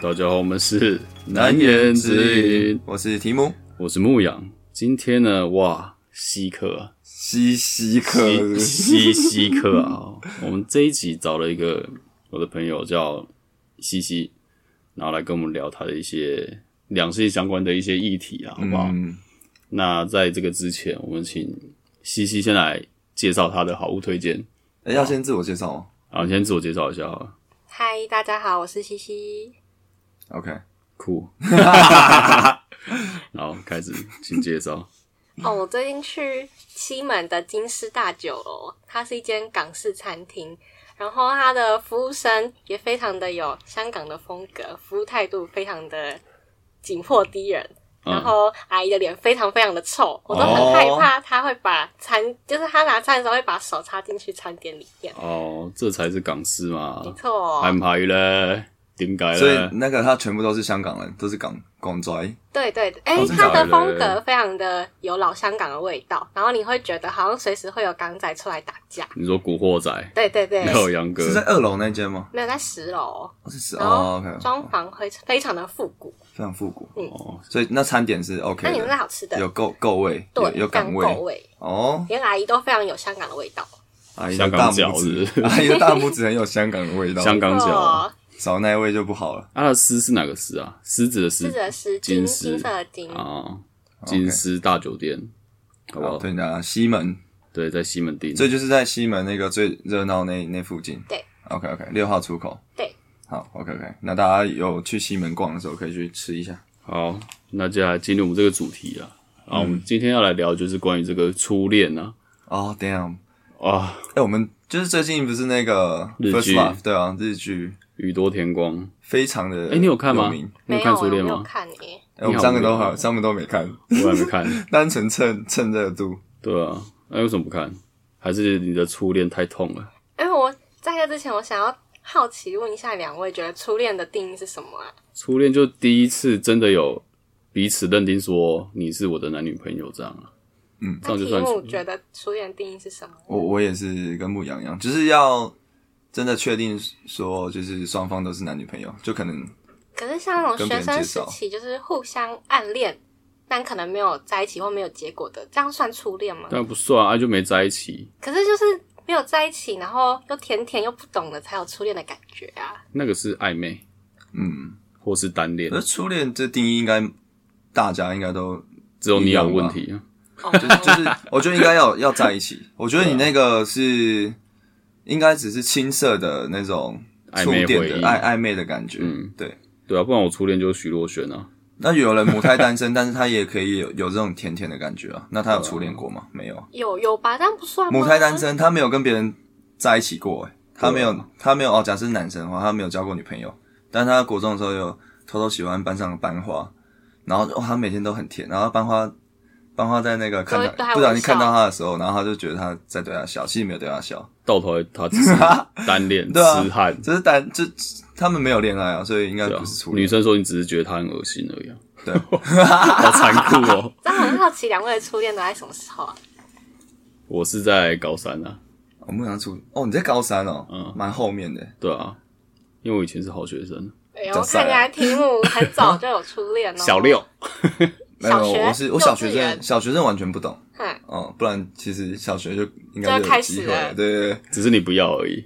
大家好，我们是难言之隐，我是提姆，我是牧羊。今天呢，哇，稀客啊，西西克是不稀稀是稀客啊！我们这一集找了一个我的朋友叫西西，然后来跟我们聊他的一些两性相关的一些议题啊，好不好？嗯，那在这个之前，我们请西西先来介绍他的好物推荐。哎要先自我介绍吗啊，你先自我介绍一下好了。嗨，大家好，我是西西。 ？OK，酷，然后开始，请介绍。哦，嗯我最近去西门的金狮大酒楼，它是一间港式餐厅，然后它的服务生也非常的有香港的风格，服务态度非常的紧迫低人。嗯然后阿姨的脸非常非常的臭，我都很害怕她会把餐，就是她拿餐的时候会把手插进去餐点里面。哦，这才是港式没嘛，错哦、还唔系咧？点解所以咧？那个他全部都是香港人，都是港港仔，对对，哎、哦真假它的的风格非常的有老香港的味道，然后你会觉得好像随时会有港仔出来打架。你说《古惑仔》对对对，没有杨哥是在二楼那间吗？没有在十楼，哦是是然后哦，OK，装潢会非常的复古。非常复古，哦，所以那餐点是嗯那 OK 你们那的，好吃的，有够够味，有对，有港非常够味味，哦。连阿姨都非常有香港的味道。阿姨的香大港饺拇指， 子，阿姨的大拇指很有香港的味道，香港饺。哦，少那一味就不好了。它的狮是哪个狮啊？狮子的是狮的是金金狮金色的金，啊，金狮大酒店，好不好，好？对你讲西门，对，在西门町。这就是在西门那个最热闹那那附近。对，OK OK，六号出口。对，好，OK OK，那大家有去西门逛的时候可以去吃一下。好，那接下来进入我们这个主题啊。嗯啊，我们今天要来聊就是关于这个初恋啊，哦、d a m n 啊，哎、我们就是最近不是那个日 First 剧 Love，对啊，日剧宇多田光，非常的。哎你有看吗有名你没有看我初没恋有吗？看诶。哎、我你们好三个都无聊好，三个都没看，我还没看。单纯蹭蹭热度。对啊，那、为什么不看？还是你的初恋太痛了？因为我在这之前，我想要好奇问一下两位，觉得初恋的定义是什么啊？初恋就第一次真的有彼此认定说你是我的男女朋友这样啊，嗯这样那就题算初目觉得初恋的定义是什么？我我也是跟牧羊一样，就是要真的确定说，就是双方都是男女朋友，就可能可是像那种学生时期，就是互相暗恋，但可能没有在一起或没有结果的，这样算初恋吗？当然不算啊，就没在一起。可是就是没有在一起，然后又甜甜又不懂的，才有初恋的感觉啊。那个是暧昧嗯。或是单恋可，是呃初恋这定义应该大家应该都只有你一样有吧问题啊。哦，就是我觉得应该要要在一起。我觉得你那个是应该只是青涩的那种暧触昧点回忆的暧暧昧的感觉。嗯对。对啊，不然我初恋就是徐若瑄啊。那有人母胎单身，但是他也可以有有这种甜甜的感觉啊。那他有初恋过吗？没有。有有吧，但不算吗母胎单。身，他没有跟别人在一起过、欸，啊他没有，他没有哦。假设是男生的话，他没有交过女朋友，但他国中的时候有偷偷喜欢班上的班花，然后哦，他每天都很甜，然后班花班花在那个看都会对到他不小心微笑看到他的时候，然后他就觉得他在对他笑，其实没有对他笑，到头来他只是单恋、 对啊痴汉，这是单这他们没有恋爱啊，所以应该对啊不是。初女恋。生说你只是觉得他很恶心而已、啊，对， 好残酷哦。但很好奇，两位的初恋都在什么时候啊？我是在高三啊，我们想初哦，你在高三哦，嗯蛮后面的。对啊，因为我以前是好学生，哎呦，就我是啊看起来题目 很早就有初恋哦。小六，没有，小学我是我小学幼稚生，园小学生完全不懂嗯，哦，不然其实小学就应就该要就有开机始会了，了对对对。只是你不要而已，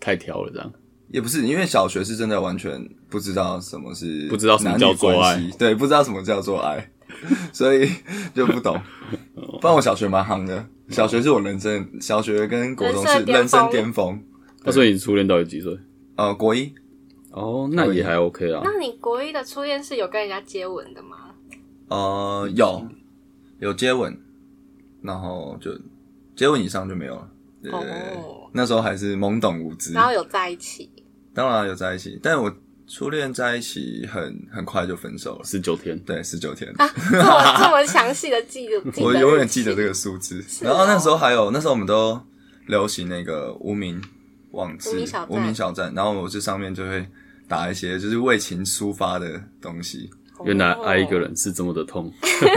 太挑了这样。也不是，因为小学是真的完全不知道什么是不知道什么叫做爱男女关系，对，不知道什么叫做爱，所以 就不懂。不然我小学蛮行的，小学是我人生，小学跟国中是人人生生巅峰巅峰。那、所以你初恋到底几岁？呃，国一哦，那也还 OK 啊。那你国一的初恋是有跟人家接吻的吗？呃有有接吻，然后就接吻以上就没有了。对对对对哦那时候还呃是懵懂无知，然后有在一起，当然有在一起，但我初恋在一起很很快就分手了，十九天，对，十九天。这 么这么详细的记录，记得我永远记得这个。个数字。哦然后那时候还有，那时候我们都流行那个无名网志无名小、站无名小站，然后我这上面就会打一些就是为情抒发的东 西，哦原来爱一个人。人是这么的 痛之类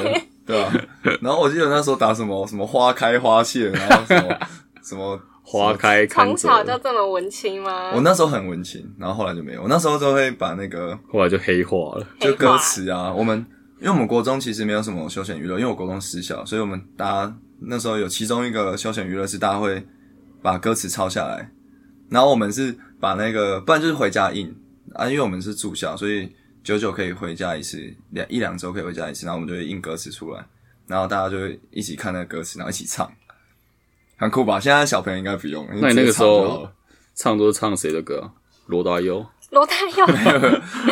的。啊 对吧、然后我记得那时候打什么什么花开花谢，然后什么什么花开堪从折，小就这么文青吗？我那时候很文青，然后后来就没有。我那时候就会把那个后来就黑化了。就黑歌化词啊，我们因为我们国中其实没有什么休闲娱乐，因为我国中私校，所以我们大家那时候有其中一个休闲娱乐是大家会把歌词抄下来，然后我们是把那个，不然就是回家印啊，因为我们是住校，所以久久可以回家一次，两一两周可以回家一次，然后我们就会印歌词出来，然后大家就会一起看那个歌词，然后一起唱，很酷吧？现在小朋友应该不用，那你那直个接时唱就好候了嗯唱都是唱谁的歌啊？罗大佑、罗大佑、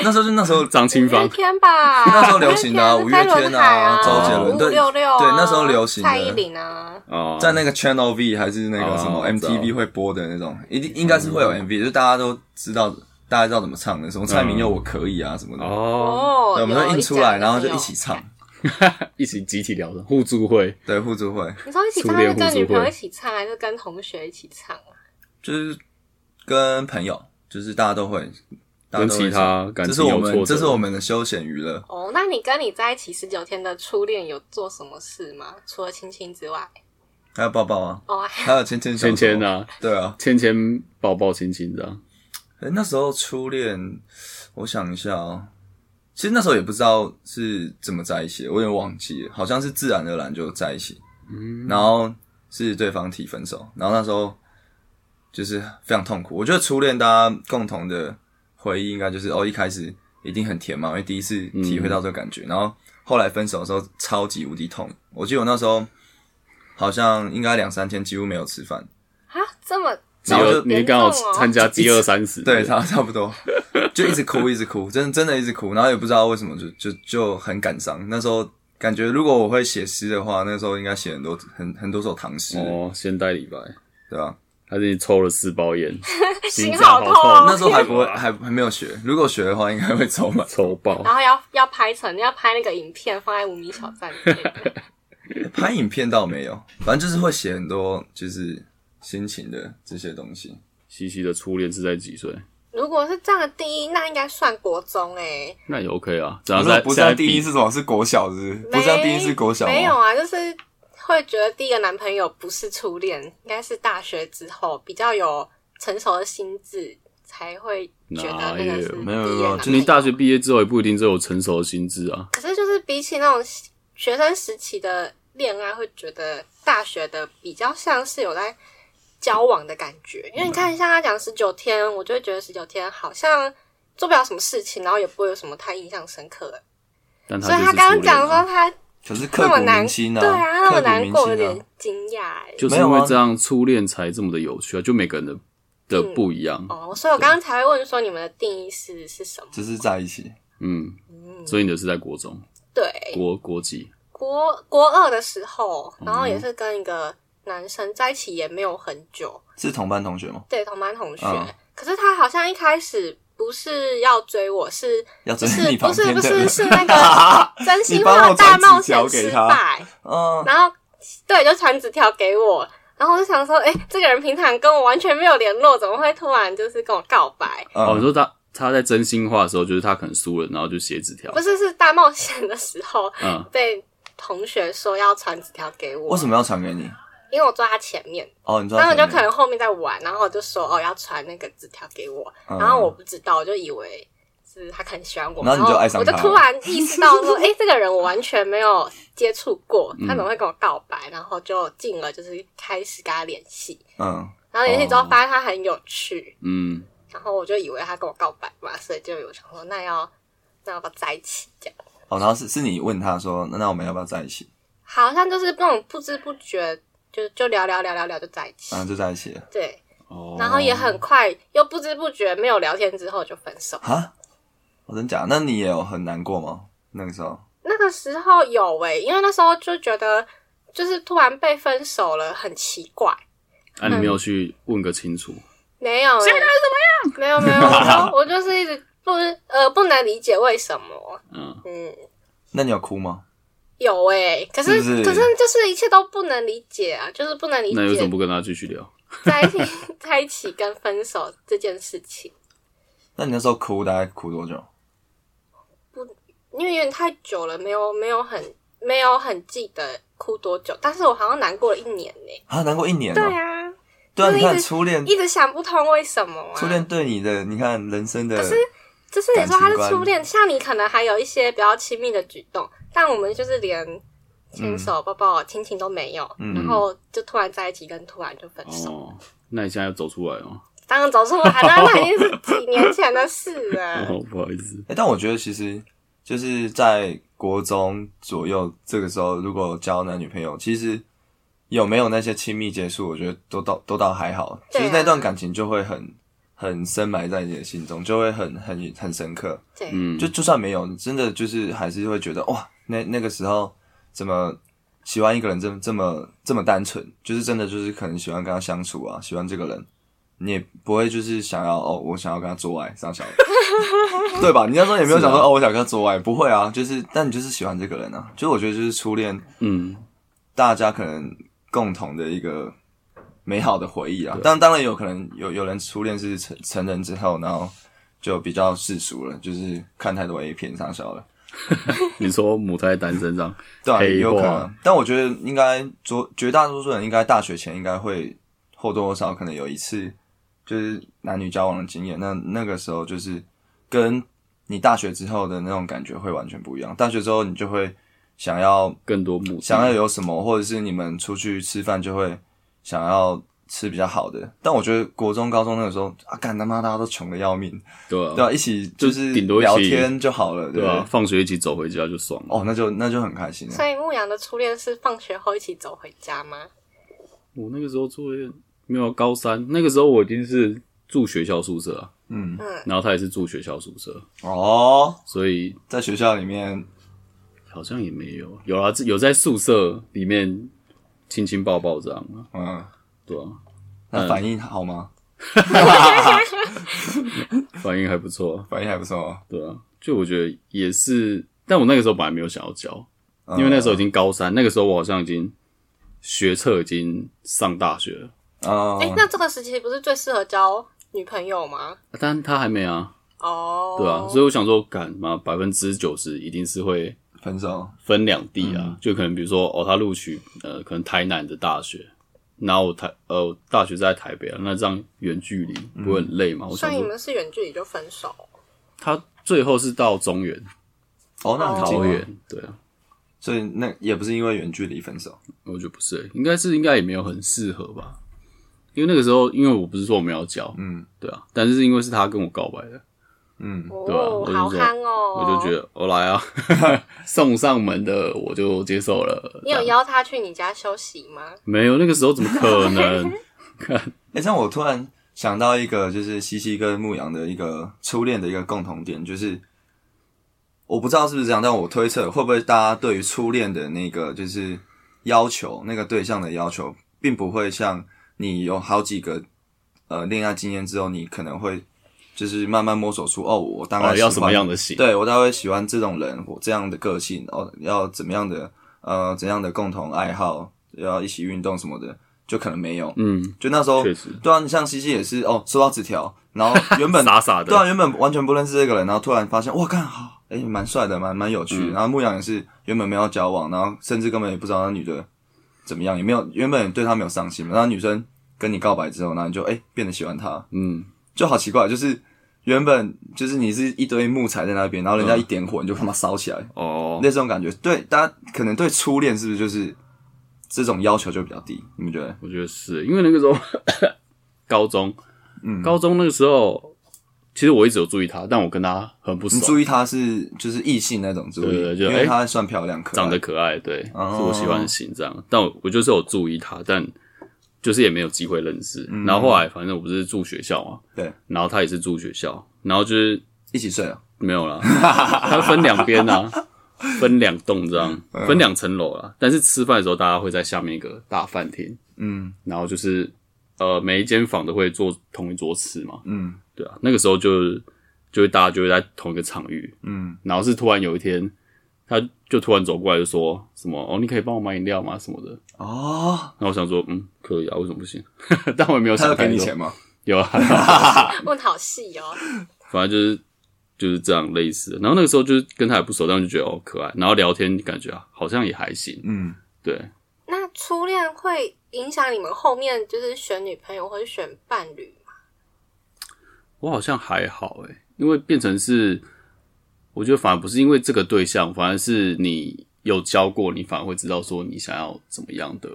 那时候就那时候张清五月芳，天吧，那时候流行的啊五天五月天啊周杰伦五对五六六啊，对那时候流行的蔡依林啊，啊，在那个 Channel V 还是那个什哦么我知道嗯 MTV 会播的那种，一定应该是会有 MV，就是大家都知道，大家知道怎么唱的，什么蔡明佑我可以啊什么的，嗯哦，哦，对，我们有就印出来，一张然后就一起唱， 一起集体聊的互助会，对，互助会有。你说一起唱初恋是互助会跟女朋友一起唱，还是跟同学一起唱啊？就是跟朋友，就是大家都会，大家跟都会其他感这是情我有挫们折，这是我们的休闲娱乐，哦，那你跟你在一起十九天的初恋有做什么事吗？除了亲亲之外，还有抱抱啊，哦，还有牵牵手芊芊啊，啊，对啊，芊芊抱抱亲亲这样，哎，那时候初恋，我想一下哦。其实那时候也不知道是怎么在一起的，我有点忘记了，好像是自然而然就在一起。嗯，然后是对方提分手，然后那时候就是非常痛苦。我觉得初恋大家共同的回忆应该就是哦，一开始一定很甜嘛，因为第一次体会到这个感觉。然后后来分手的时候超级无敌痛，我记得我那时候好像应该两三天几乎没有吃饭，啊，这么你然后有就你刚好严重哦参加饥饿三十，对，差差不多， 就一直哭，一直哭，真的真的一直哭，然后也不知道为什么就就就很感伤。那时候感觉如果我会写诗的话，那时候应该写很多很很多首唐诗，哦，现代李白，对吧？还是你抽了四包烟， 心脏好好痛哦那时候还不会还还没有学，如果学的话，应该会抽满。 抽爆，然后要要拍成要拍那个影片放在无名小站之 类的拍影片倒没有，反正就是会写很多就是心情的这些东西。西西的初恋是在几岁？如果是这样的第一，那应该算国中哎、欸，那也 OK 啊，只要在在比什么？是国小是不是？没有啊，就是会觉得第一个男朋友不是初恋，应该是大学之后比较有成熟的心智，才会觉得那个是哪有没有第一没个有男就朋友你大学毕业之后也不一定就有成熟的心智啊。可是就是比起那种学生时期的恋爱，会觉得大学的比较像是有在交往的感觉。因为你看，像他讲十九天，我就会觉得十九天好像做不了什么事情，然后也不会有什么太印象深刻的。但嗯他所以就是他刚刚初恋讲啊说他可是那么难，对啊，他那么难过，有点惊讶哎。就是因为这样初恋才这么的有趣啊，就每个人的的不一样，哦，所以我刚刚才会问说你们的定义是是什么？就是在一起。嗯，所以你的是在国中对，国国际国国二的时候，然后也是跟一个男生在一起，也没有很久，是同班同学吗？对，同班同学。嗯可是他好像一开始不是要追 我，是要不追是你旁不是边不的是人是那个真心话大冒险失你帮我传败， 嗯，然后对，就传纸条给我。然后我就想说，哎、这个人平常跟我完全没有联络，怎么会突然就是跟我告白？哦，嗯你说他他在真心话的时候，就是他可能输了，然后就写纸条不，是，是大冒险的时候嗯，被同学说要传纸条给我，为什么要传给你？因为我坐他前面，哦，你知道然后前我面，就可能后面在玩，然后我就说哦要传那个纸条给我，嗯然后我不知道，我就以为是他很喜欢我，然后你就爱上我就他了突然意识到 说，哎、这个人我完全没有接触过，他怎么会跟我告白？然后就进而就是开始跟他联系，嗯，然后联系之后哦发现他很有趣，嗯，然后我就以为他跟我告白嘛，所以就有想说那要那要不要在一起这样？哦，然后是是你问他说，那那我们要不要在一起？好像就是那种不知不觉就就聊聊聊聊聊就在一起，嗯，就在一起了对。哦，然后也很快，又不知不觉没有聊天之后就分手。哈，我真假？那你也有很难过吗？那个时候，那个时候有诶、因为那时候就觉得就是突然被分手了，很奇怪。啊，你没有去问个清楚，没有、欸，现在怎么样？没有没有，我就我就是一直不呃不能理解为什么，嗯，嗯，那你有哭吗？有诶、可是是不是可是就是一切都不能理解啊，就是不能理那你为什么 解不跟他继续聊？在一起 在一起跟分手这件事情，那你那时候哭大概哭多久？因为有点太久了，没有没有很没有很记得哭多久，但是我好像难过了一年呢、啊，难过一年对哦。啊，对啊，就你一看直初恋，一直想不通为什么啊？初恋对你的，你看人生的，就是你说他是初感情恋，像你可能还有一些比较亲密的举动，但我们就是连嗯牵手、抱抱、亲亲都没有，然后就突然在一起，跟突然就分手。哦，那你现在要走出来哦。当然走出来了，那已经是几 年前的事了。哦，不好意思，哎、但我觉得其实就是在国中左右这个时候，如果交男女朋友，其实有没有那些亲密接触，我觉得都倒都倒还好，对就啊是那段感情就会很很深埋在你的心中，就会很很很深刻。对，嗯，就就算没有，你真的就是还是会觉得哇，那那个时候怎么喜欢一个人这么这么这么单纯，就是真的就是可能喜欢跟他相处啊，喜欢这个人，你也不会就是想要哦，我想要跟他做爱，这样想，对吧？你那时候也没有想说、是啊哦，我想跟他做爱，不会啊，就是但你就是喜欢这个人啊，就我觉得就是初恋，嗯，大家可能共同的一个美好的回忆啊。当当然有可能有有人初恋是成成人之后，然后就比较世俗了，就是看太多 A 片上小了， 你说母胎单身上，对、啊，黑化也有可能。但我觉得应该绝绝大多数人应该大学前应该会或多或少可能有一次就是男女交往的经验，那那个时候就是跟你大学之后的那种感觉会完全不一样。大学之后你就会想要更多母想要有什么，或者是你们出去吃饭就会想要吃比较好的。但我觉得国中、高中那个时候啊，干他妈大家都穷的要命，对啊，对吧、一起是顶多一聊起天就好了，对对吧、啊，放学一起走回家就爽了。哦，那就那就很开心了所。以牧羊的初恋是放学后一起走回 家吗？我那个时候作业没有高三，那个时候我已经是住学校宿舍啊，嗯，然后他也是住学校宿舍，哦，所以在学校里面，好像也没有有啊，有在宿舍里面亲亲抱抱这样啊，嗯，对啊，那反应好吗？反应还不错啊，反应还不错，哦对啊，就我觉得也是，但我那个时候本来没有想要教，嗯因为那时候已经高三，那个时候我好像已经学测已经上大学了，啊，哎、那这个时期不是最适合交女朋友吗？但他还没啊，哦，对啊，所以我想说，干嘛百分之九十一定是会分手，分两地嗯啊，就可能比如说哦，他录取呃，可能台南的大学，然后我台呃我大学在台北啊，那这样远距离不会很累嘛？我所想以你说，们是远距离就分手，他最后是到中原、哦，那很近桃哦，园，对啊，所以那也不是因为远距离分手，我觉得不是、欸，应该是应该也没有很适合吧，因为那个时候，因为我不是说我们要交，嗯对啊，但是因为是他跟我告白的，嗯，对啊哦我，就好说憨哦，我就觉得我、哦 来啊，送上门的我就接受了。你有邀他去你家休 息吗？没有那个时候怎么可 能？ 哎、这样我突然想到一个，就是西西跟牧羊的一个初恋的一个共同点，就是我不知道是不是这样，但我推测会不会大家对于初恋的那个就是要求，那个对象的要求，并不会像你有好几个呃恋爱经验之后，你可能会就是慢慢摸索出哦，我大概、哦要什么样的型对我大概喜欢这种人，我这样的个性，哦，要怎么样的呃怎样的共同爱好，要一起运动什么的，就可能没有，嗯，就那时候确实，对啊，你像西西也是哦，收到纸条，然后 原本傻傻的对啊，原本完全不认识这个人，然后突然发现，哇，看好，哎、蛮帅的，蛮蛮有趣的。嗯然后牧羊也是原本没有交往，然后甚至根本也不知道那女的怎么样，也没有原本对他没有上心嘛。然后女生跟你告白之后，然后你就哎、诶变得喜欢他，嗯，就好奇怪，就是原本就是你是一堆木材在那边，然后人家一点火，你就他妈烧起来，哦，那种感觉。对，大家可能对初恋是不是就是这种要求就比较低？你们觉得？我觉得是因为那个时候高中，嗯高中那个时候，其实我一直有注意她，但我跟她很不你熟注，意她是就是异性那种注意，对对对就因为哎她算漂亮可爱，长得可爱，对，是哦我喜欢的型这样。但我我就是有注意她，但就是也没有机会认识。然后后来反正我不是住学校嘛，嗯对，然后她也是住学校，然后就是一起睡啊，没有啦，它分两边啊，分两栋这样，嗯分两层楼啦。但是吃饭的时候，大家会在下面一个大饭厅，嗯然后就是呃，每一间房都会坐同一桌吃嘛，嗯对啊。那个时候就就会大家就会在同一个场域，嗯，然后是突然有一天，他就突然走过来就说什么哦，你可以帮我买饮料吗什么的。哦，然后我想说，嗯，可以啊，为什么不行？ 但我也没有他想要太多。给你钱吗？有啊， 问好细哦，反正就是就是这样类似的。然后那个时候就是跟他也不熟，但我就觉得哦可爱，然后聊天感觉啊好像也还行，嗯，对，那初恋会影响你们后面就是选女朋友或者选伴侣吗？我好像还好诶、因为变成是，我觉得反而不是因为这个对象，反而是你有教过，你反而会知道说你想要怎么样的。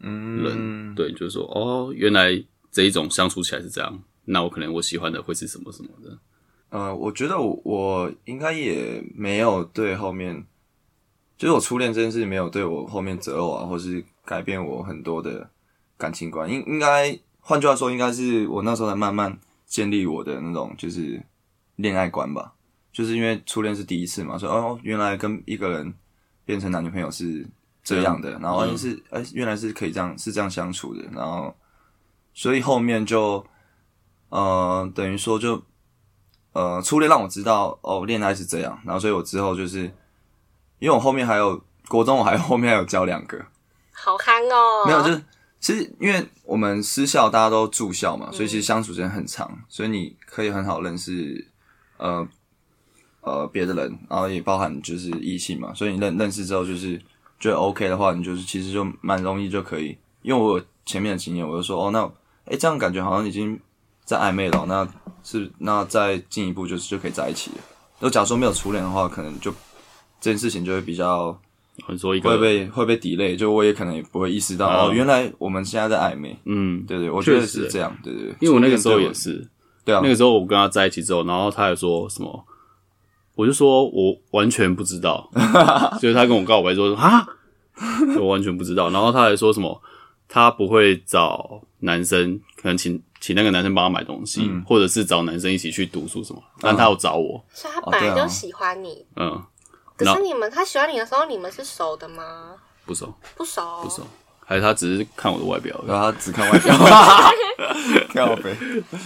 嗯，人对，就是说哦，原来这一种相处起来是这样，那我可能我喜欢的会是什么什么的。呃，我觉得我我应该也没有对后面，就是我初恋这件事情没有对我后面择偶啊，或是改变我很多的感情观。应应该，换句话说，应该是我那时候才慢慢建立我的那种就是恋爱观吧。就是因为初恋是第一次嘛，说哦，原来跟一个人变成男女朋友是这样的，然后哎是哎、原来是可以这样是这样相处的，然后所以后面就呃等于说就呃，初恋让我知道哦，恋爱是这样，然后所以我之后就是，因为我后面还有国中，我还有后面还有交两个，好憨哦，没有，就是其实因为我们私校大家都住校嘛，所以其实相处时间很长，所以你可以很好认识呃呃别的人，然后也包含就是异性嘛，所以你认认识之后就是觉得 OK 的话，你就是其实就蛮容易就可以，因为我有前面的经验，我就说哦那哎这样感觉好像已经在暧昧了，那是那再进一步就是就可以在一起了。如果假如说没有初恋的话，可能就这件事情就会比较你说一会个，被会被 delay，就我也可能也不会意识到哦哦，原来我们现在在暧昧。嗯，对对，我觉得确实是这样，对对对。因为我那个时候初恋对也我，是，对啊，那个时候我跟他在一起之后，然后他还说什么，我就说我完全不知 道，就是他跟我告白说啊，我完全不知道，然后他还说什么，他不会找男生，可能请请那个男生帮他买东西，嗯或者是找男生一起去读书什么，但他要找我，所以他本来哦对啊就喜欢你。嗯，可那是你们他喜欢你的时候，你们是熟的吗？不熟哦不熟，不熟，还是他只是看我的外表而已，然后他只看外 表， 靠背。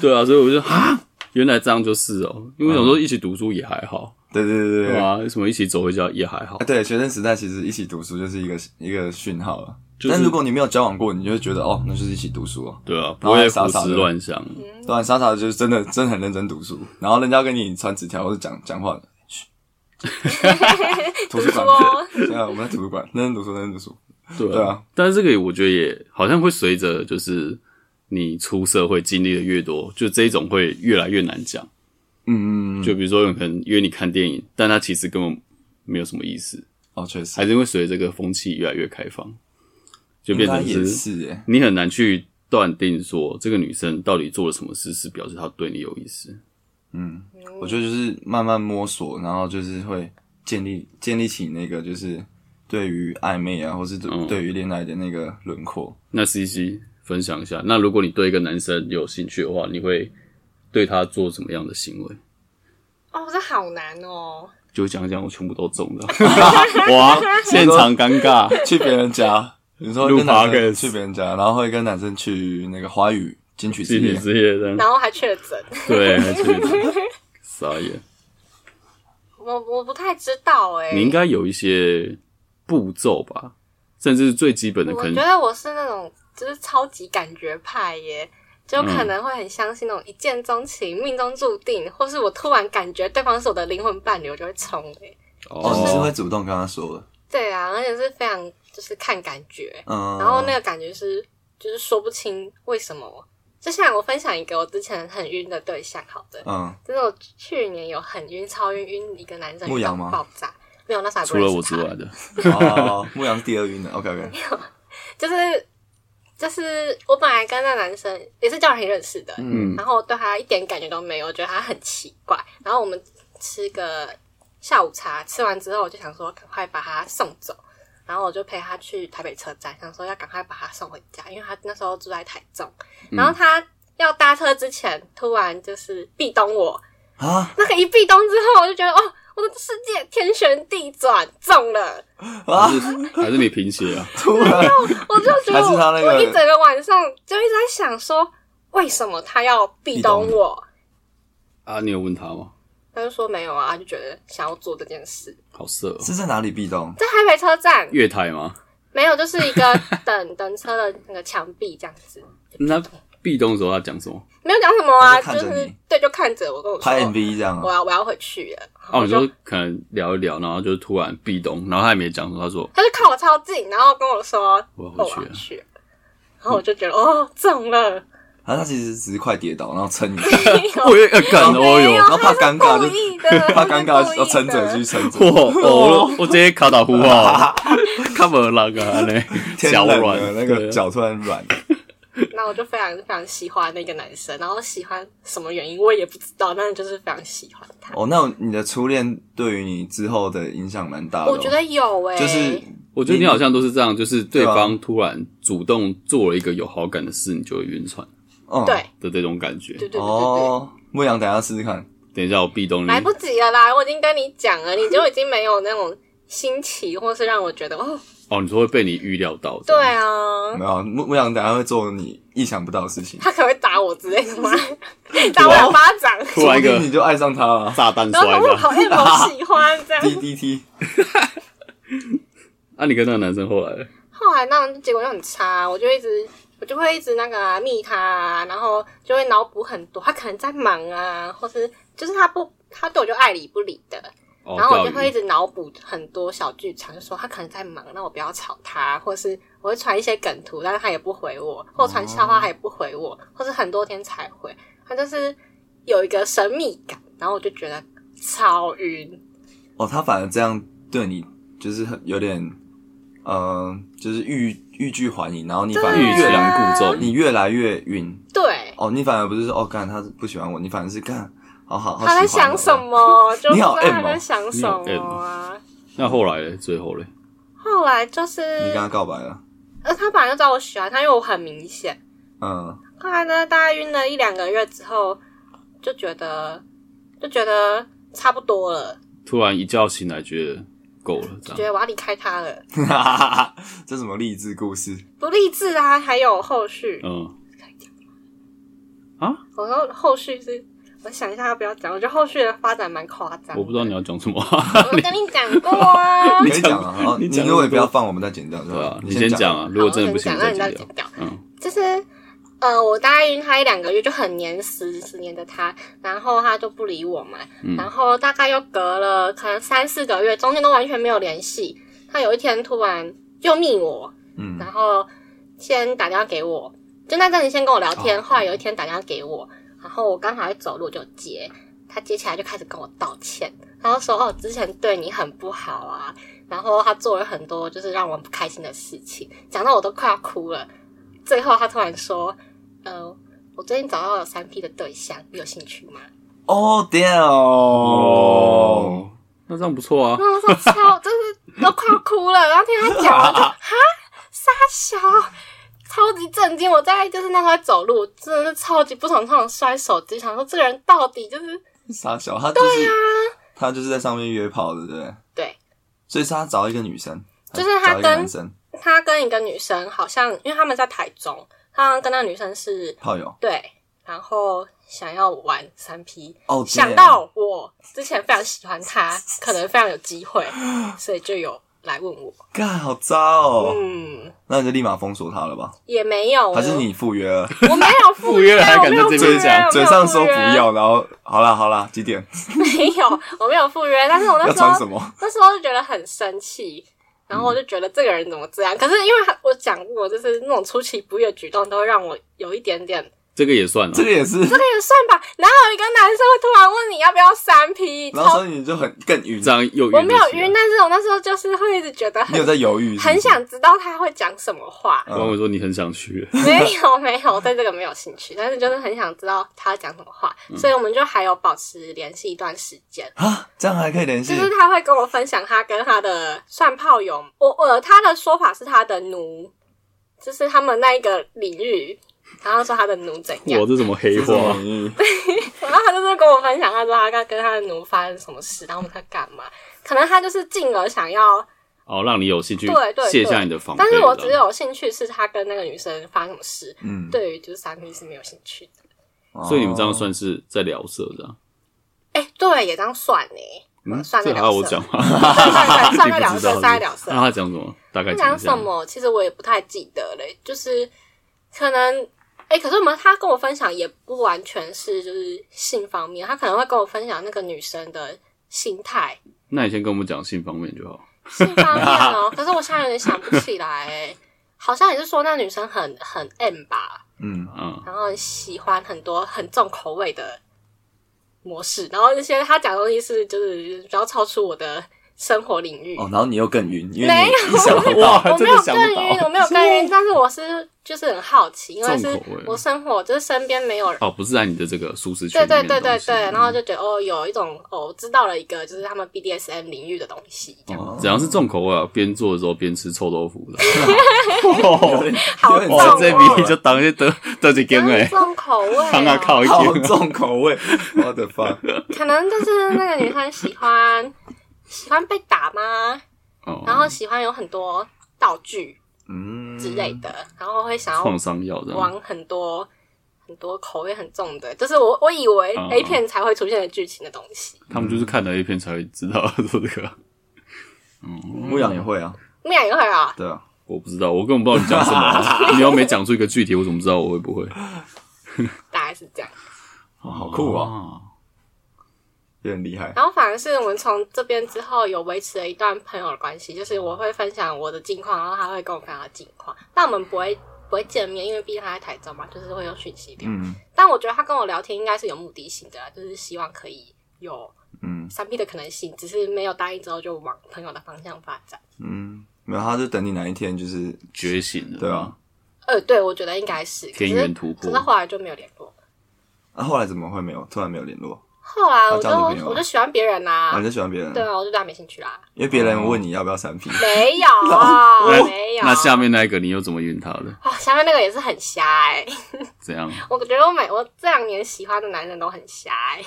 对啊，所以我就啊，原来这样就是哦、因为有时候一起读书也还好，对对对对对对。啊吧、什么一起走回家也还好，对，学生时代其实一起读书就是一个一个讯号了。就是但如果你没有交往过，你就会觉得哦，那就是一起读书哦。对啊，不然后会还胡傻傻思的乱想，对啊，傻傻的就是真的真的很认真读书，然后人家跟你传纸条或者讲讲话， 嘘图书馆，说对啊，我们在图书馆认真读书，认真读书。对啊。对啊但是这个也我觉得也好像会随着就是你出社会经历的越多，就这一种会越来越难讲。嗯嗯嗯嗯，就比如说有可能约你看电影，但他其实根本没有什么意思，哦，确实，还是因为随着这个风气越来越开放，就变成应该也是耶。你很难去断定说这个女生到底做了什么事是表示她对你有意思。我觉得就是慢慢摸索，然后就是会建立建立起那个就是对于暧昧啊，或是对嗯对于恋爱的那个轮廓。那 C C 分享一下，那如果你对一个男生有兴趣的话，你会对他做什么样的行为？哦，这好难哦。就讲一讲，我全部都中了， 哇！现场尴尬，去别人家，你说录跟男 podcast 生去别人家，然后会跟男生去那个华语金曲之集体夜。之夜这样，然后还确诊， 对，还是傻眼。我我不太知道哎、你应该有一些步骤吧，甚至是最基本的，我可觉能得我是那种就是超级感觉派耶，就可嗯能会很相信那种一见钟情、命中注定，或是我突然感觉对方是我的灵魂伴侣，我就会冲哎。哦，你是会主动跟他说的，对啊，而且是非常就是看感觉，哦嗯，然后那个感觉是就是说不清为什么。就像我分享一个我之前很晕的对象，好的，嗯，就是我去年有很晕、超晕、晕一个男生牧晕到羊吗爆炸，没有那啥除了我之外的，哦，牧羊是第二晕的，OK OK，就是就是我本来跟那男生也是教人认识的，嗯然后我对他一点感觉都没有，我觉得他很奇怪。然后我们吃个下午茶，吃完之后我就想说赶快把他送走，然后我就陪他去台北车站，想说要赶快把他送回家，因为他那时候住在台中。嗯然后他要搭车之前，突然就是壁咚我，啊那个一壁咚之后，我就觉得哦，我的世界天旋地转，中了。啊，还是还是你贫血啊？突然，我就觉得还是他那个我我一整个晚上就一直在想说，为什么他要壁咚壁咚我？啊，你有问他吗？他就说没有啊，他就觉得想要做这件事。好色、哦，是在哪里壁咚？在台北车站月台吗？ 没有，就是一个等等车的那个墙壁这样子。那壁咚的时候他讲什么？没有讲什么啊，他就就看着是你对，就看着我跟我说拍 MV 这样我啊？要我要回去了。哦，你然说后就可能聊一聊，然后就突然壁咚，然后他也没讲什么，他说他就靠我超近，然后跟我说我要回哦我去要了。去了，然后我就觉得哦中了，啊，他其实只是快跌倒，然后撑你，我也要干没的，有哦哟，然哎后怕尴尬就 他是故意的，怕是尴尬故意的要撑着继续撑着。 哦我我我直接卡打呼 啊，看不浪啊嘞，天脚冷了软那个对啊脚突然软，那我就非常非常喜欢那个男生，然后喜欢什么原因我也不知道，但是就是非常喜欢他。哦，那你的初恋对于你之后的影响蛮大的哦、我觉得有欸诶、就是我觉得你好像都是这样，就是对对啊方突然主动做了一个有好感的事，你就会晕船哦，对的这种感觉。对对对对对，哦，牧羊等一下试试看，等一下我壁咚你来，不及了啦，我已经跟你讲了，你就已经没有那种新奇，或是让我觉得哦，哦，你说会被你预料到，对，啊，没有牧牧羊等一下会做你意想不到的事 情，他可能会打我之类的吗？打我两巴掌，突然一说不个定你就爱上他 了。炸弹然后摔说我的。好像我喜欢这 样。D D T，啊，你跟那个男生后来，后来那结果就很差，我就一直我就会一直那个啊密他、啊，然后就会脑补很多，他可能在忙啊，或是就是他不他对我就爱理不理的，哦，然后我就钓会一鱼，直脑补很多小剧场，就说他可能在忙，那我不要吵他，或是我会传一些梗图，但是他也不回我，或传笑哦话他也不回我，或是很多天才回，他就是有一个神秘感，然后我就觉得超晕，哦，他反而这样对你，就是很有点，呃，就是欲欲拒还迎，然后你反而对啊欲越来擒故纵，你越来越晕。对，哦，你反而不是说哦，干他不喜欢我，你反而是干，好好好他在喜欢想我什？么， 就不知你哦道好 M 他哦在想什你么好啊。那后来嘞，最后嘞，后来就是，你跟他告白了？呃，他本来就知道我喜欢他，因为我很明显。嗯，后来呢，大概晕了一两个月之后，就觉得就觉得差不多了，突然一觉醒来觉得够了，这觉样得我要离开他了， 这什么励志故事？不励志啊，还有后续。嗯，我说后续是，我想一下要不要讲，我觉得后续的发展蛮夸张的。我不知道你要讲什 么，我跟你讲过啊。可以讲啊，哦你你讲如果那么多也不要放，我们再剪掉，对对吧啊？，你先讲啊。啊，如果真的不行好再我跟你剪讲那你再掉啊剪掉，嗯，就是呃，我大概晕他一两个月，就很黏死死黏着他，然后他就不理我嘛，嗯然后大概又隔了可能三四个月，中间都完全没有联系。他有一天突然就密我，嗯，然后先打电话给我，就那阵子先跟我聊天，后来有一天打电话给我，然后我刚好在走路就接，他接起来就开始跟我道歉，然后说哦之前对你很不好啊，然后他做了很多就是让我不开心的事情，讲到我都快要哭了。最后他突然说，呃，我最近找到了三 P 的对象，你有兴趣吗？哦，damn，嗯哦，那这样不错啊，然后我说超，就是都快要哭了。然后听他讲， 我就哈傻小，超级震惊。我在就是那时候在走路，真的是超级不爽，那种摔手机，想说这个人到底就是傻小，他啊就是他就是在上面约炮，对不对？对。所以是他找一个女生，就是他找一个跟男生他跟一个女生好像，因为他们在台中，他好像跟那个女生是炮友。对，然后想要玩三 P，哦，想 damn 到我之前非常喜欢他，可能非常有机会，所以就有来问我，干好渣哦，嗯，哦那你就立马封锁他了吧？也没有，还是你赴约 了？我没有赴赴约约，了还我敢没有在这赴边约讲我没嘴有上赴说不约要，然后好啦好啦，几点？没有，我没有赴约，但是我那要时穿候什么？那时候就觉得很生气，然后我就觉得这个人怎么这样？可是因为他我讲过，就是那种出其不意的举动，都会让我有一点点，这个也算啊这，个也是，这也算吧。哪有一个男生会突然问你要不要三 P？ 然后超所以你就很更晕这，样又晕我没了有起来晕，但是我那时候就是会一直觉得啊你有很在犹豫是不是很想知道他会讲什么话。嗯我跟我说你很想 去，没有没有，我对这个没有兴趣，但是就是很想知道他讲什么话，嗯所以我们就还有保持联系一段时间。啊，这样还可以联系就？是他会跟我分享他跟他的算炮友，我呃，他的说法是他的奴，就是他们那一个领域，然后说他的奴怎样我，这什么黑这是什话？么领域然后他就是跟我分享，他说他跟跟他的奴发生什么事，然后我们在干嘛，可能他就是进而想要，哦，让你有兴趣对对对卸下你的防备。但是我只这样有兴趣是他跟那个女生发生什么事，嗯，对于就是三 P 是没有兴趣的。所以你们这样算是在聊色啊这样。哎、对，也这样算呢、嗯，算这得还要了我色讲，吗？ 对对对，算你得不 了知色，道算得了是不是色那。他讲什么？大概他讲一下什？么，其实我也不太记得嘞，就是可能哎、可是我们他跟我分享也不完全是就是性方面，他可能会跟我分享那个女生的心态，那你先跟我们讲性方面就好。性方 面哦、可是我现在有点想不起来、哎好像也是说那女生很很 M 吧，嗯，嗯，然后喜欢很多很重口味的模式，然后那些他讲的东西是就是比较超出我的生活领域。哦，然后你又更晕，因为没有你你想不到，我没有更真的晕，我没有更晕，但是我是就是很好奇，因为重是口味我生活就是身边没有人，哦，不是在你的这个舒适圈对里对面对的对东西。嗯对，然后就觉得哦，有一种哦，我知道了一个就是他们 BDSM 领域的东西，这样哦怎样是重口味啊？边做的时候边吃臭豆腐的。有点好有点重哇，哦这比就当去得得一哎根然诶后，重 口味当啊哦，靠一好根。重口味，what the fuck？可能就是那个女生喜欢喜欢被打吗？哦然后喜欢有很多道具嗯，之类的，然后会想要创伤药这样。往很多很多口味很重的，就是我我以为嗯 A 片才会出现的剧情的东西。他们就是看了 A 片才会知道 做这个。牧羊也会啊，木雅也会啊，对啊，我不知道，我根本不知道你讲什 么。啊你又没讲出一个具体，我怎么知道我会不会？大概是这样。哦好酷啊，啊！有点厉害。然后反而是我们从这边之后有维持了一段朋友的关系，就是我会分享我的近况，然后他会跟我分享他的近况。但我们不会不会见面，因为毕竟他在台中嘛，就是会用讯息聊。嗯但我觉得他跟我聊天应该是有目的性的啦，就是希望可以有嗯三 P 的可能性，只是没有答应之后就往朋友的方向发展。嗯，没有，他就等你哪一天就是，觉醒了，对啊，呃，对，我觉得应该是可天是元突破可是后来就没有联络。啊，后来怎么会没有，突然没有联络？后来我他就交女朋友啊我就喜欢别人啦、啊，你就喜欢别人对，啊，我就对他没兴趣啦。因为别人问你要不要哦三 P，没有啊， 那没有。哎那下面那一个你又怎么晕他的？啊、下面那个也是很瞎哎、怎样？我觉得我每我这两年喜欢的男人都很瞎哎、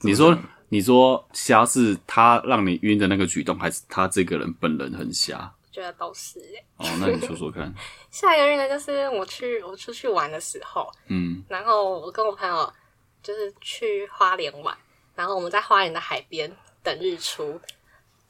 你说你说瞎是他让你晕的那个举动，还是他这个人本人很瞎？我觉得都是、欸。哦，那你说说 看。下一个月呢，就是我去我出去玩的时候，嗯，然后我跟我朋友就是去花莲玩，然后我们在花莲的海边等日出，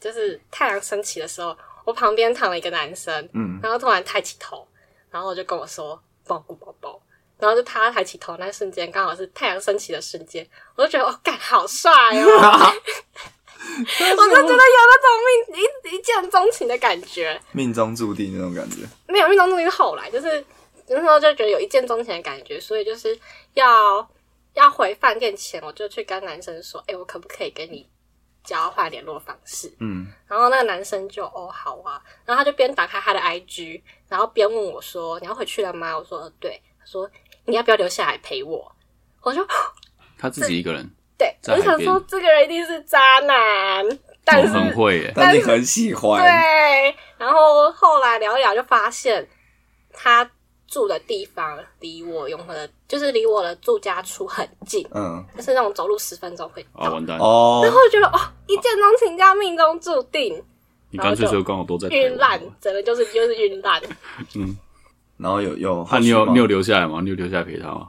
就是太阳升起的时候，我旁边躺了一个男生，嗯，然后突然抬起头，然后就跟我说抱顾宝宝，然后就他抬起头那瞬间，刚好是太阳升起的瞬间，我就觉得哦，干好帅哦，啊 我就觉得有那种命一一见钟情的感觉，命中注定那种感觉。没有命中注定是后来，就是那时候就觉得有一见钟情的感觉，所以就是要要回饭店前，我就去跟男生说，哎、我可不可以跟你交换联络方式？嗯，然后那个男生就哦好啊，然后他就边打开他的 IG，然后边问我说你要回去了吗？我说呃对，他说你要不要留下来陪我？我就 他自己一个人，对，在我海就想边说这个人一定是渣男，但哦是、很会耶。但你很喜欢，对，然后后来聊一聊就发现他住的地方离我永和的，就是离我的住家处很近，嗯，就是那种走路十分钟会啊，到。完蛋！哦，然后我觉得哦，一见钟情加命中注定。你干脆就刚好都在台晕烂湾。，整个就是就是晕烂。然后有有啊，后你续吗，有你有留下来吗？你有留下来陪他吗？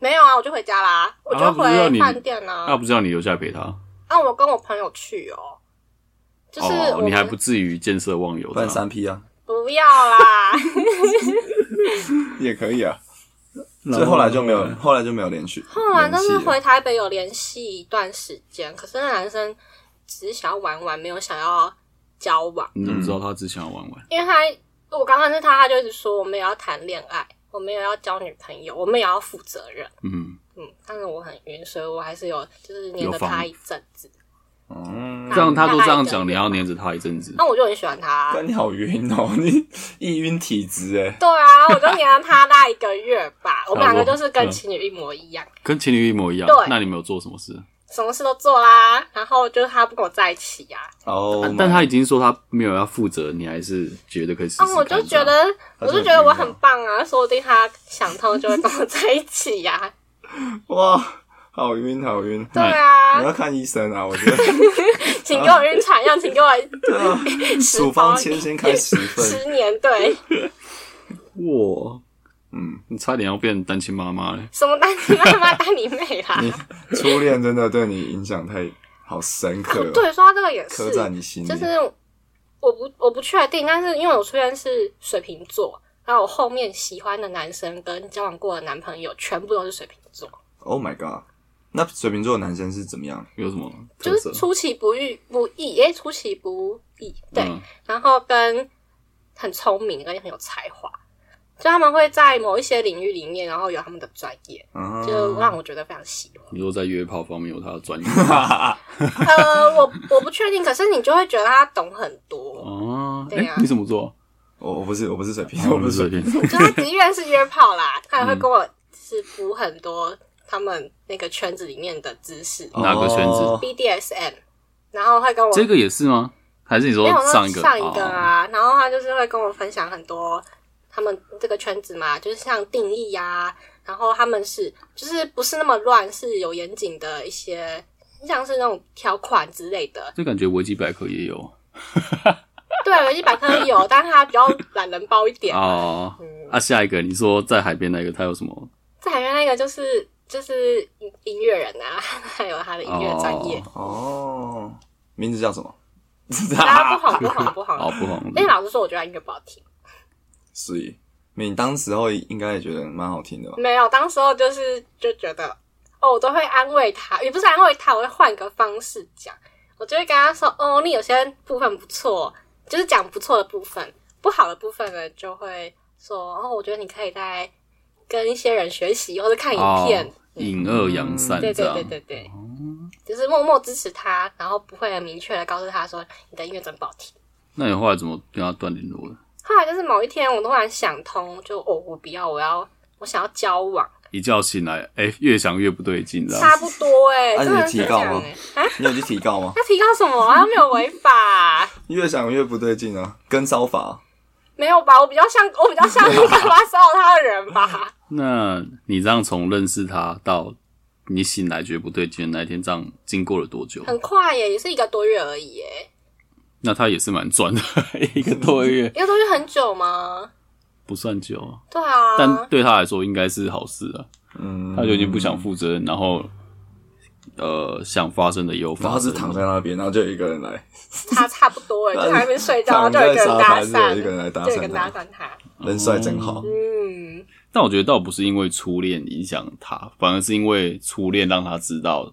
没有啊，我就回家啦，我就不是让你回饭店那啦。啊不是让你留下来陪他？啊，我跟我朋友去哦，就是我哦，你还不们至于见色忘友不然的。三 P 啊，不要啦，也可以啊。后所以后来就没有，后来就没有连续。后来哦啊但联系是了回台北有联系一段时间，可是那男生只是想要玩玩，没有想要交往，你怎嗯么知道他只想要玩玩？因为他我刚认识他，他就一直说我们也要谈恋爱，我们也要交女朋友，我们也要负责任。嗯，嗯，但是我很晕，所以我还是有就是黏有着防他一阵子。嗯，这样他都这样大概一个讲，你要黏着他一阵子。那我就很喜欢他啊、但你好晕哦，你易晕体质哎，对啊，我就黏了他大概一个月吧，我们两个就是跟嗯情侣一模一样，跟情侣一模一样对。那你们有做什么事？什么事都做啦。然后就是他不跟我在一起呀、哦啊，但他已经说他没有要负责，你还是觉得可以试试啊，看。我就觉这样得，他我是很就觉得我很棒啊，说不定他想通就会跟我在一起呀、哇，好晕好晕， 对你啊，要看医生啊，我觉得请给我晕船药，请给我对 啊， 处方签先开十份，十年，对，哇，嗯，你差点要变单亲妈妈嘞。什么丹你妈妈丹你妹啦。 你初恋真的对你影响太好深刻哦，对，说到这个也刻是，在你心里就，是我不我不确定，但是因为我初恋是水瓶座，然后我后面喜欢的男生跟交往过的男朋友全部都是水瓶座， Oh my god！那水瓶座的男生是怎么样？有什么特就是色？出其不遇不意，诶，出其不意，对，嗯然后跟很聪明跟很有才华，就他们会在某一些领域里面，然后有他们的专业，啊，嗯就让我觉得非常喜欢。你说在约炮方面有他的专业 呃，我我不确定，可是你就会觉得他懂很多，哦，哎、对啊你怎么做？我我不是我不是水瓶，我我们不是水水平，就他即便是约 炮啦，他也会跟我就是补很多他们那个圈子里面的知识、哪个圈子哦 BDSM，然后会跟我 嗯这个也是吗？还是你说没有那上一个？上一个哦啊，然后他就是会跟我分享很多他们这个圈子嘛，就是像定义呀、然后他们是就是不是那么乱，是有严谨的一些，像是那种条款之类的。这感觉维基百科也有对，维基百科有，但是他比较懒人包一点。哦。嗯啊，下一个你说在海边那个，他有什么？在海边那个就是就是音音乐人啊， 还有他的音乐专业，哦，名字叫什么？大家不哄不哄不 哦，哄。不红但是老实说，我觉得他音乐不好听。 所以你当时候应该也觉得蛮好听的吧？没有，当时候就是就觉得，哦，我都会安慰他，也不是安慰他，我会换个方式讲，我就会跟他说，哦，你有些部分不错，就是讲不错的部分，不好的部分呢，就会说，哦，我觉得你可以再跟一些人学习，或者看影片，嗯哦，隐恶扬善对这对样对。对对，哦就是默默支持他，然后不会很明确的告诉他说，你的音乐真不好听。那你后来怎么跟他断联络的？后来就是某一天，我突然想通，就哦，我不要，我要，我想要交往。一觉醒来，哎、越想越不对劲，这差样。不多哎、啊真的是你有这提高样吗哎、你有去提告 吗？他提高什么啊？他没有违法、 越想越不对劲啊，跟骚法啊、没有吧？我比较像我比较像一个发骚扰他的人吧。那你这样从认识他到你醒来觉得不对劲的那一天，这样经过了多久？很快耶，也是一个多月而已耶，那他也是蛮赚的， 一个多月一个多月很久吗？不算久啊，对啊，但对他来说应该是好事啊。嗯，他就已经不想负责任，然后呃想发生的也有然发后生，是躺在那边，然后就有一个人来，差差不多哎，就在那边睡觉，躺然在后就有一个沙人搭发就有一个讪，人来搭就有一个人讪搭他，讪他。人帅真好。嗯，但我觉得倒不是因为初恋影响他，反而是因为初恋让他知道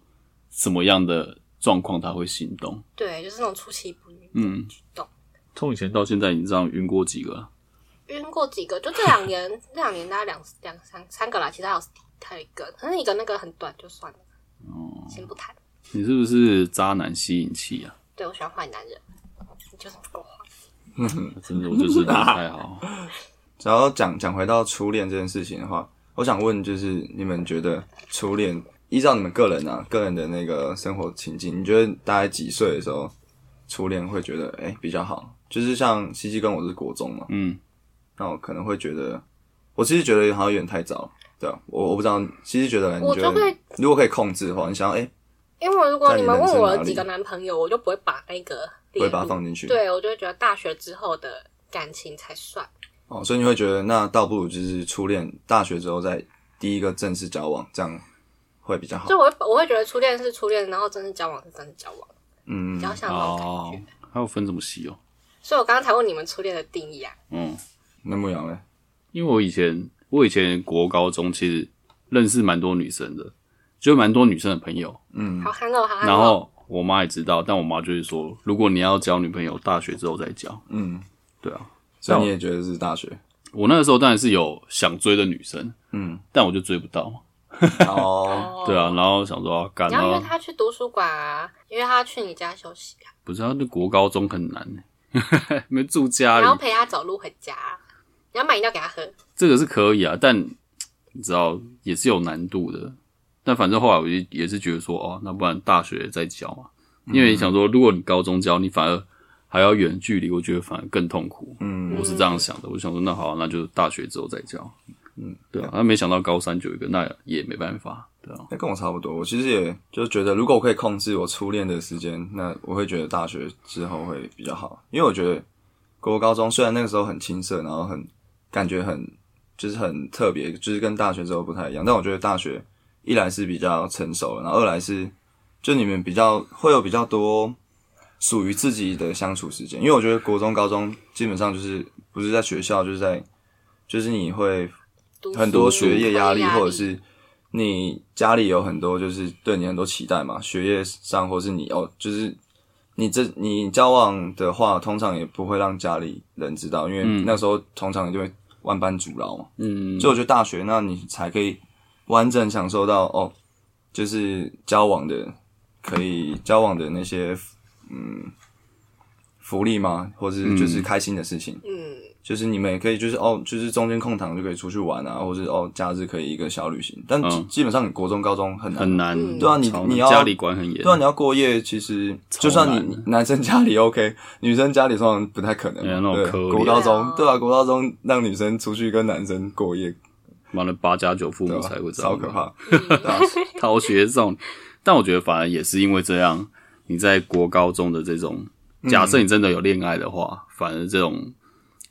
什么样的状况他会心动。对，就是那种出其不意。嗯，动从以前到现在，你这样晕过几个啊？晕过几个，就这两年，这两年大概两两三三个啦，其实还有还有一个，可是一个那个很短就算了，哦，先不谈。你是不是渣男吸引器啊？对我喜欢坏男人，你就是不够坏。真的，我就是不太好。然后讲讲回到初恋这件事情的话，我想问就是你们觉得初恋依照你们个人啊个人的那个生活情境，你觉得大概几岁的时候初恋会觉得哎、比较好？就是像西西跟我是国中嘛，嗯，那我可能会觉得，我其实觉得好像有点太早。对啊，我我不知道，其实觉得你我觉就得会如果可以控制的话，你想要哎、因为如果在你你们人问生我哪几里个男朋友，我就不会把那个不列会入把它放进去，对我就会觉得大学之后的感情才算。哦，所以你会觉得那倒不如就是初恋，大学之后再第一个正式交往，这样会比较好就。我会我会觉得初恋是初恋，然后真正交往是真的交往，嗯比，较像那种感哦觉。，还有分怎么吸哦？所以我刚刚才问你们初恋的定义啊，嗯，那牧羊嘞，因为我以前我以前国高中其实认识蛮多女生的，就蛮多女生的朋友。嗯好憨哦，好憨然哦。后我妈也知道，但我妈就是说，如果你要交女朋友，大学之后再交。嗯，对啊，所以你也觉得是大学，我那个时候当然是有想追的女生，嗯，然但我就追不到嘛。后哦对啊，，然后想说啊干你要约啊，他去图书馆啊，约他去你家休息啊，不是啊，那国高中很难、欸， 没住家然后里，陪他走路回家啊，你要买饮料给他喝。这个是可以啊，但你知道也是有难度的。但反正后来我就也是觉得说，哦，那不然大学再交嘛，因为你想说，如果你高中交，你反而还要远距离，我觉得反而更痛苦。 嗯我是这样想的，我想说，那好啊、那就大学之后再交。嗯，对啊，那没想到高三就有一个，那也没办法，对啊，欸那跟我差不多，我其实也就觉得，如果我可以控制我初恋的时间，那我会觉得大学之后会比较好，因为我觉得国高中虽然那个时候很青涩，然后很感觉很就是很特别，就是跟大学之后不太一样，但我觉得大学一来是比较成熟，然后二来是就你们比较会有比较多属于自己的相处时间，因为我觉得国中、高中基本上就是不是在学校，就是在就是你会读书啊很多学业压力，课或者是你家里有很多就是对你很多期待嘛，学业上或是你哦，就是你这你交往的话，通常也不会让家里人知道，因为那时候通常就会万般阻挠嘛。嗯，所以我觉得大学那你才可以完整享受到哦，就是交往的可以交往的那些嗯福利吗？或是就是开心的事情。嗯，就是你们也可以，就是哦，就是中间空档就可以出去玩啊，或者是哦，假日可以一个小旅行。但基嗯基本上，你国中、高中很难，很难，嗯对啊你超你难要家里管很严，对啊，你要过夜，其实就算超你男生家里 OK，女生家里通常不太可能哎呀嘛。那种对，可怜国高中对对啊，国高中让女生出去跟男生过夜，妈的八加九父对母吧才会？这样超嘛，可怕。逃学这种，但我觉得反而也是因为这样，你在国高中的这种，嗯假设你真的有恋爱的话，反而这种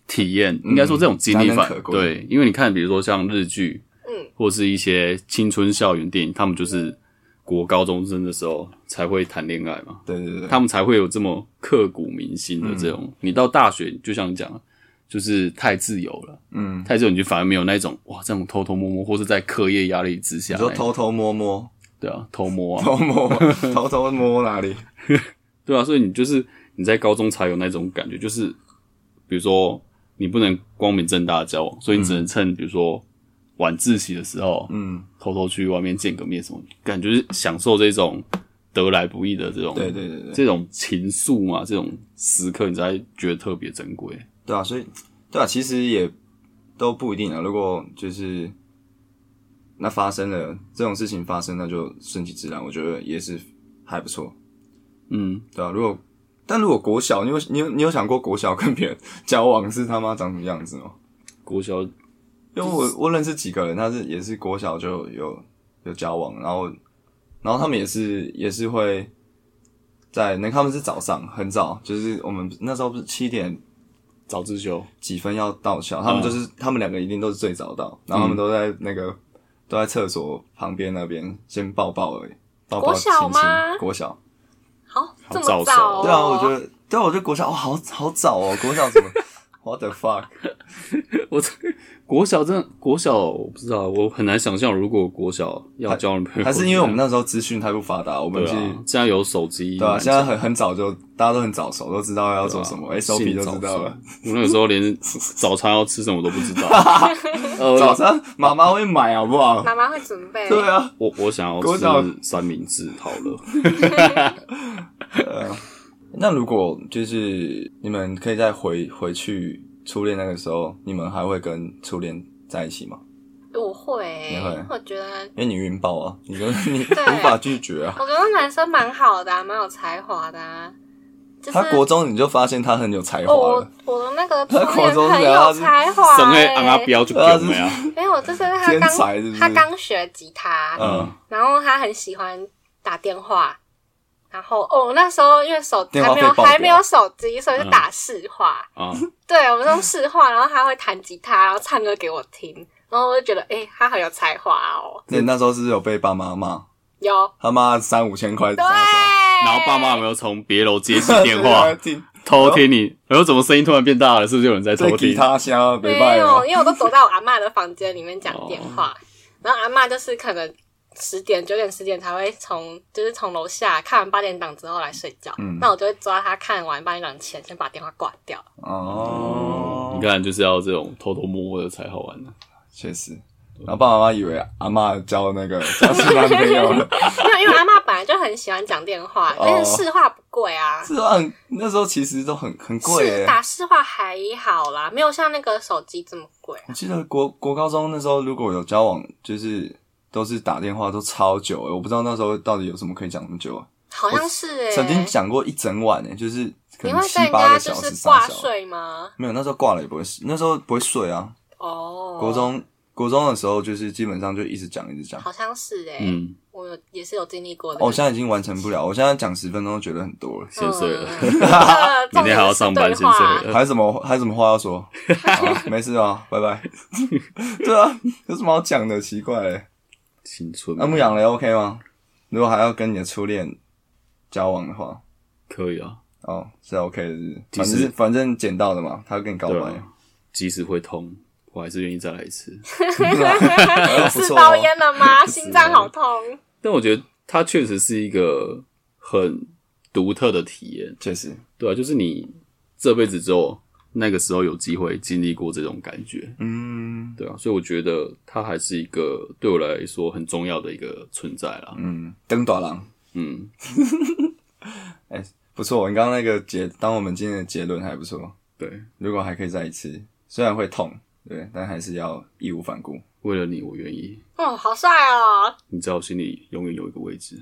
体验，应该说这种经历嗯难能反可贵对，因为你看，比如说像日剧，嗯，或是一些青春校园电影，他们就是国高中生的时候才会谈恋爱嘛，对对对，嗯他们才会有这么刻骨铭心的这种。你到大学，就像你讲的，就是太自由了，嗯，太自由你就反而没有那种哇，这种偷偷摸摸，或是在课业压力之下你那种，说偷偷摸摸，对啊，偷摸啊，偷 摸偷偷摸哪里？对啊，所以你就是你在高中才有那种感觉，就是比如说你不能光明正大的交往，所以你只能趁比如说晚自习的时候，嗯，偷偷去外面见个面什么，感觉是享受这种得来不易的这种，对对对对这种情愫嘛，这种时刻你才觉得特别珍贵。对啊，所以对啊，其实也都不一定啊。如果就是那发生了这种事情发生，那就顺其自然，我觉得也是还不错，嗯，对啊，如果但如果国小，你有你有你有想过国小跟别人 交往是他妈长什么样子吗？国小因为我我认识几个人，他是也是国小就有有交往，然后然后他们也是也是会在那他们是早上很早，就是我们那时候不是七点早自修，几分要到校，他嗯们就是、他们两个一定都是最早到，然后他们都在那个、都在厕所旁边那边先抱抱而已，抱抱国亲小亲吗，国小，好这早熟么早哦，对啊，我觉得对啊，我觉得国小哦，好好早哦，国小怎么 what the fuck？我这国小真的国小我不知道，我很难想象如果国小要交女朋友，还是因为我们那时候资讯太不发达，我们对是。啊，现在有手机，对啊，难现在很很早就大家都很早熟，都知道要做什么、对啊 SOP 都知道了。。性早熟我那个时候连早餐要吃什么都不知 道。呃早餐妈妈会买好不好？妈妈会准备，对啊，我我想要国小吃三明治，好了。那如果就是你们可以再回回去初恋那个时候，你们还会跟初恋在一起吗？我会你会，我觉得。因为你晕爆啊， 你跟你无法拒绝啊。我觉得男生蛮好的、啊，蛮有才华的、啊。就是哦他国中你就发现他很有才华我了，我的那个初他国中恋怎很样有才华、省欸，黑昂阿彪就给我们啊，没有，就是他天刚才是不是他刚学吉他，嗯，然后他很喜欢打电话，然后哦那时候因为手电话还没有费爆表嗯还没有手机，所以就打市话。啊，对，我们用市话，然后他会弹吉他，然后唱歌给我听，然后我就觉得哎、欸他很有才华哦，那你那时候是不是有被爸妈骂，有他妈三五千块，对。然后爸妈有没有从别楼接起电 话听偷听你？然后怎么声音突然变大了？是不是有人在这偷吉听？他箱没没办法有，，因为我都躲在我阿嬷的房间里面讲电哦话，然后阿嬷就是可能十点、九点、十点才会从就是从楼下看完八点档之后来睡觉，嗯那我就会抓他看完八点档前先把电话挂掉。 哦你，看，就是要这种偷偷摸摸的才好玩啊呢。确实。然后爸爸妈妈以为阿妈交那个交新男朋友 了，没有，因为阿嬷本来就很喜欢讲电话，哦但是市话不贵啊。是啊，很那时候其实都很很贵是耶。打市话还好啦，没有像那个手机这么贵。我记得国国高中那时候，如果有交往，就是都是打电话都超久欸，我不知道那时候到底有什么可以讲那么久啊。好像是哎、曾经讲过一整晚诶，就是可你能会七跟人八家个就小时、是三挂小时。睡吗？没有，那时候挂了也不会，那时候不会睡啊。哦，国中国中的时候，就是基本上就一直讲一直讲。好像是哎、嗯，我有也是有经历过的。哦，我现在已经完成不了，我现在讲十分钟都觉得很多了。先睡了。哦 嗯明天还要上班，先睡呃了。还有什么还有什么话要 说？啊、没事啊，拜拜。对啊，有什么好讲的？奇怪、欸。 青春那牧羊人 OK 吗？如果还要跟你的初恋交往的话，可以啊，哦，是 OK 的是其不是，反实正是反正捡到的嘛，他会跟你告对啊白。啊，即使会痛，我还是愿意再来一次。不是错包哦。烟了 吗？心脏好痛。但我觉得它确实是一个很独特的体验，确实，对啊，就是你这辈子只有那个时候有机会经历过这种感觉，嗯对啊，所以我觉得它还是一个对我来说很重要的一个存在啦。嗯，登短郎嗯，不错。你刚刚那个结，当我们今天的结论还不错。对，如果还可以再一次，虽然会痛，对，但还是要义无反顾。为了你，我愿意。哦，好帅哦！你在我心里永远有一个位置。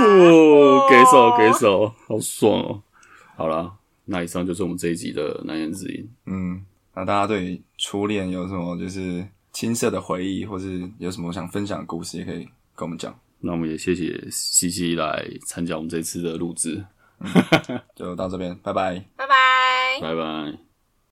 哦，给手给手，好爽哦！好啦，那以上就是我们这一集的难言之隐。嗯，那大家对于初恋有什么就是青涩的回忆，或是有什么想分享的故事，也可以跟我们讲。那我们也谢谢西西来参加我们这次的录制，就到这边，拜拜。拜拜。拜拜。